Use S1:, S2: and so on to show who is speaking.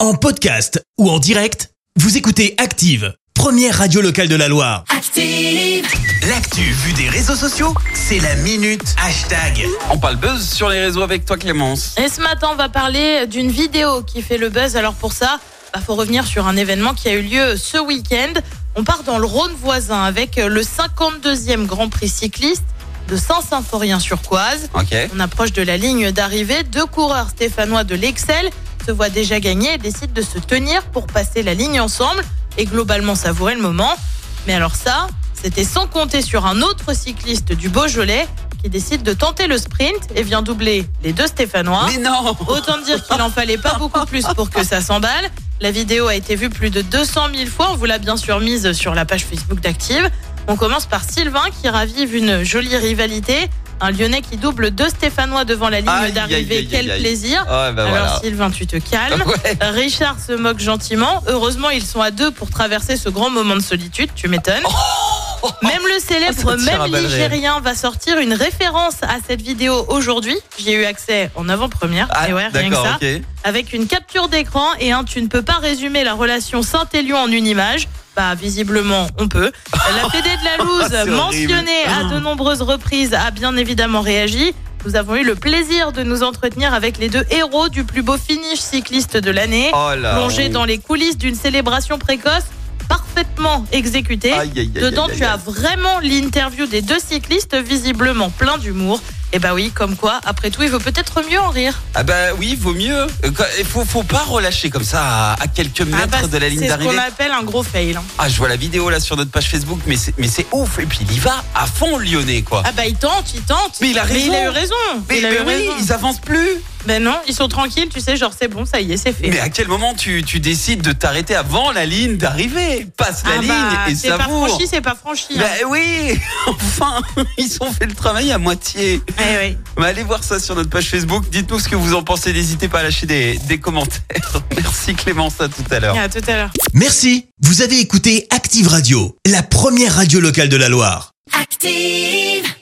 S1: En podcast ou en direct, vous écoutez Active, première radio locale de la Loire.
S2: Active.
S1: L'actu vue des réseaux sociaux, c'est la minute hashtag.
S3: On parle buzz sur les réseaux avec toi Clémence.
S4: Et ce matin, on va parler d'une vidéo qui fait le buzz. Alors pour ça, il faut revenir sur un événement qui a eu lieu ce week-end. On part dans le Rhône voisin avec le 52e Grand Prix cycliste de Saint-Symphorien-sur-Coise.
S3: Ok.
S4: On approche de la ligne d'arrivée. Deux coureurs stéphanois de l'Excel se voient déjà gagner et décident de se tenir pour passer la ligne ensemble et globalement savourer le moment. Mais alors ça, c'était sans compter sur un autre cycliste du Beaujolais qui décide de tenter le sprint et vient doubler les deux Stéphanois.
S3: Mais non
S4: Autant dire qu'il n'en fallait pas beaucoup plus pour que ça s'emballe. La vidéo a été vue plus de 200 000 fois. On vous l'a bien sûr mise sur la page Facebook d'Active. On commence par Sylvain qui ravive une jolie rivalité. Un Lyonnais qui double deux Stéphanois devant la
S3: Aïe,
S4: ligne
S3: aïe, aïe,
S4: d'arrivée. Quel
S3: aïe, aïe.
S4: plaisir.
S3: Ah bah
S4: Alors
S3: voilà.
S4: Sylvain, tu te calmes.
S3: Ouais.
S4: Richard se moque gentiment. Heureusement, ils sont à deux pour traverser ce grand moment de solitude. Tu m'étonnes. Même le
S3: Oh Ah, Ça
S4: célèbre,
S3: tire à
S4: même
S3: balles réelles.
S4: l'Igérien va sortir une référence à cette vidéo aujourd'hui. J'y ai eu accès en avant-première.
S3: Ah,
S4: Et Eh ouais, rien que
S3: d'accord,
S4: ça.
S3: ok.
S4: Avec une capture d'écran et un tu ne peux pas résumer la relation Saint-Élion en une image. Bah, visiblement, on peut. La PD de la
S3: C'est horrible.
S4: Louse, mentionnée à de nombreuses reprises, a bien évidemment réagi. Nous avons eu le plaisir de nous entretenir avec les deux héros du plus beau finish cycliste de l'année.
S3: Oh là.
S4: Plongé dans les coulisses d'une célébration précoce parfaitement exécutée.
S3: Aïe, aïe, aïe,
S4: Dedans,
S3: aïe,
S4: tu
S3: aïe.
S4: as vraiment l'interview des deux cyclistes, visiblement plein d'humour. Et bah oui, comme quoi, après tout, il vaut peut-être mieux en rire.
S3: Ah bah oui, vaut mieux. Euh, quoi, Il faut, faut pas relâcher comme ça à, à quelques mètres
S4: Ah bah,
S3: de la ligne
S4: c'est ce qu'on
S3: d'arrivée.
S4: appelle un gros fail. hein.
S3: Ah, je vois la vidéo là sur notre page Facebook, mais c'est mais c'est ouf. Et puis il y va à fond lyonnais quoi.
S4: Ah bah il tente, il tente.
S3: Mais il a raison.
S4: eu raison.
S3: mais
S4: il a
S3: mais
S4: eu
S3: oui,
S4: raison.
S3: ils avancent plus.
S4: Ben non, ils sont tranquilles, tu sais, genre c'est bon, ça y est, c'est fait.
S3: Mais à quel moment tu, tu décides de t'arrêter avant la ligne d'arrivée Passe la
S4: Ah bah,
S3: ligne et
S4: c'est pas
S3: savoure.
S4: franchi, c'est pas franchi.
S3: Bah
S4: hein.
S3: oui, enfin, ils ont fait le travail à moitié.
S4: Eh oui.
S3: Bah, allez voir ça sur notre page Facebook. Dites-nous ce que vous en pensez. N'hésitez pas à lâcher des, des commentaires. Merci Clémence, à tout à l'heure.
S4: À tout à l'heure.
S1: Merci, vous avez écouté Active Radio, la première radio locale de la Loire.
S2: Active.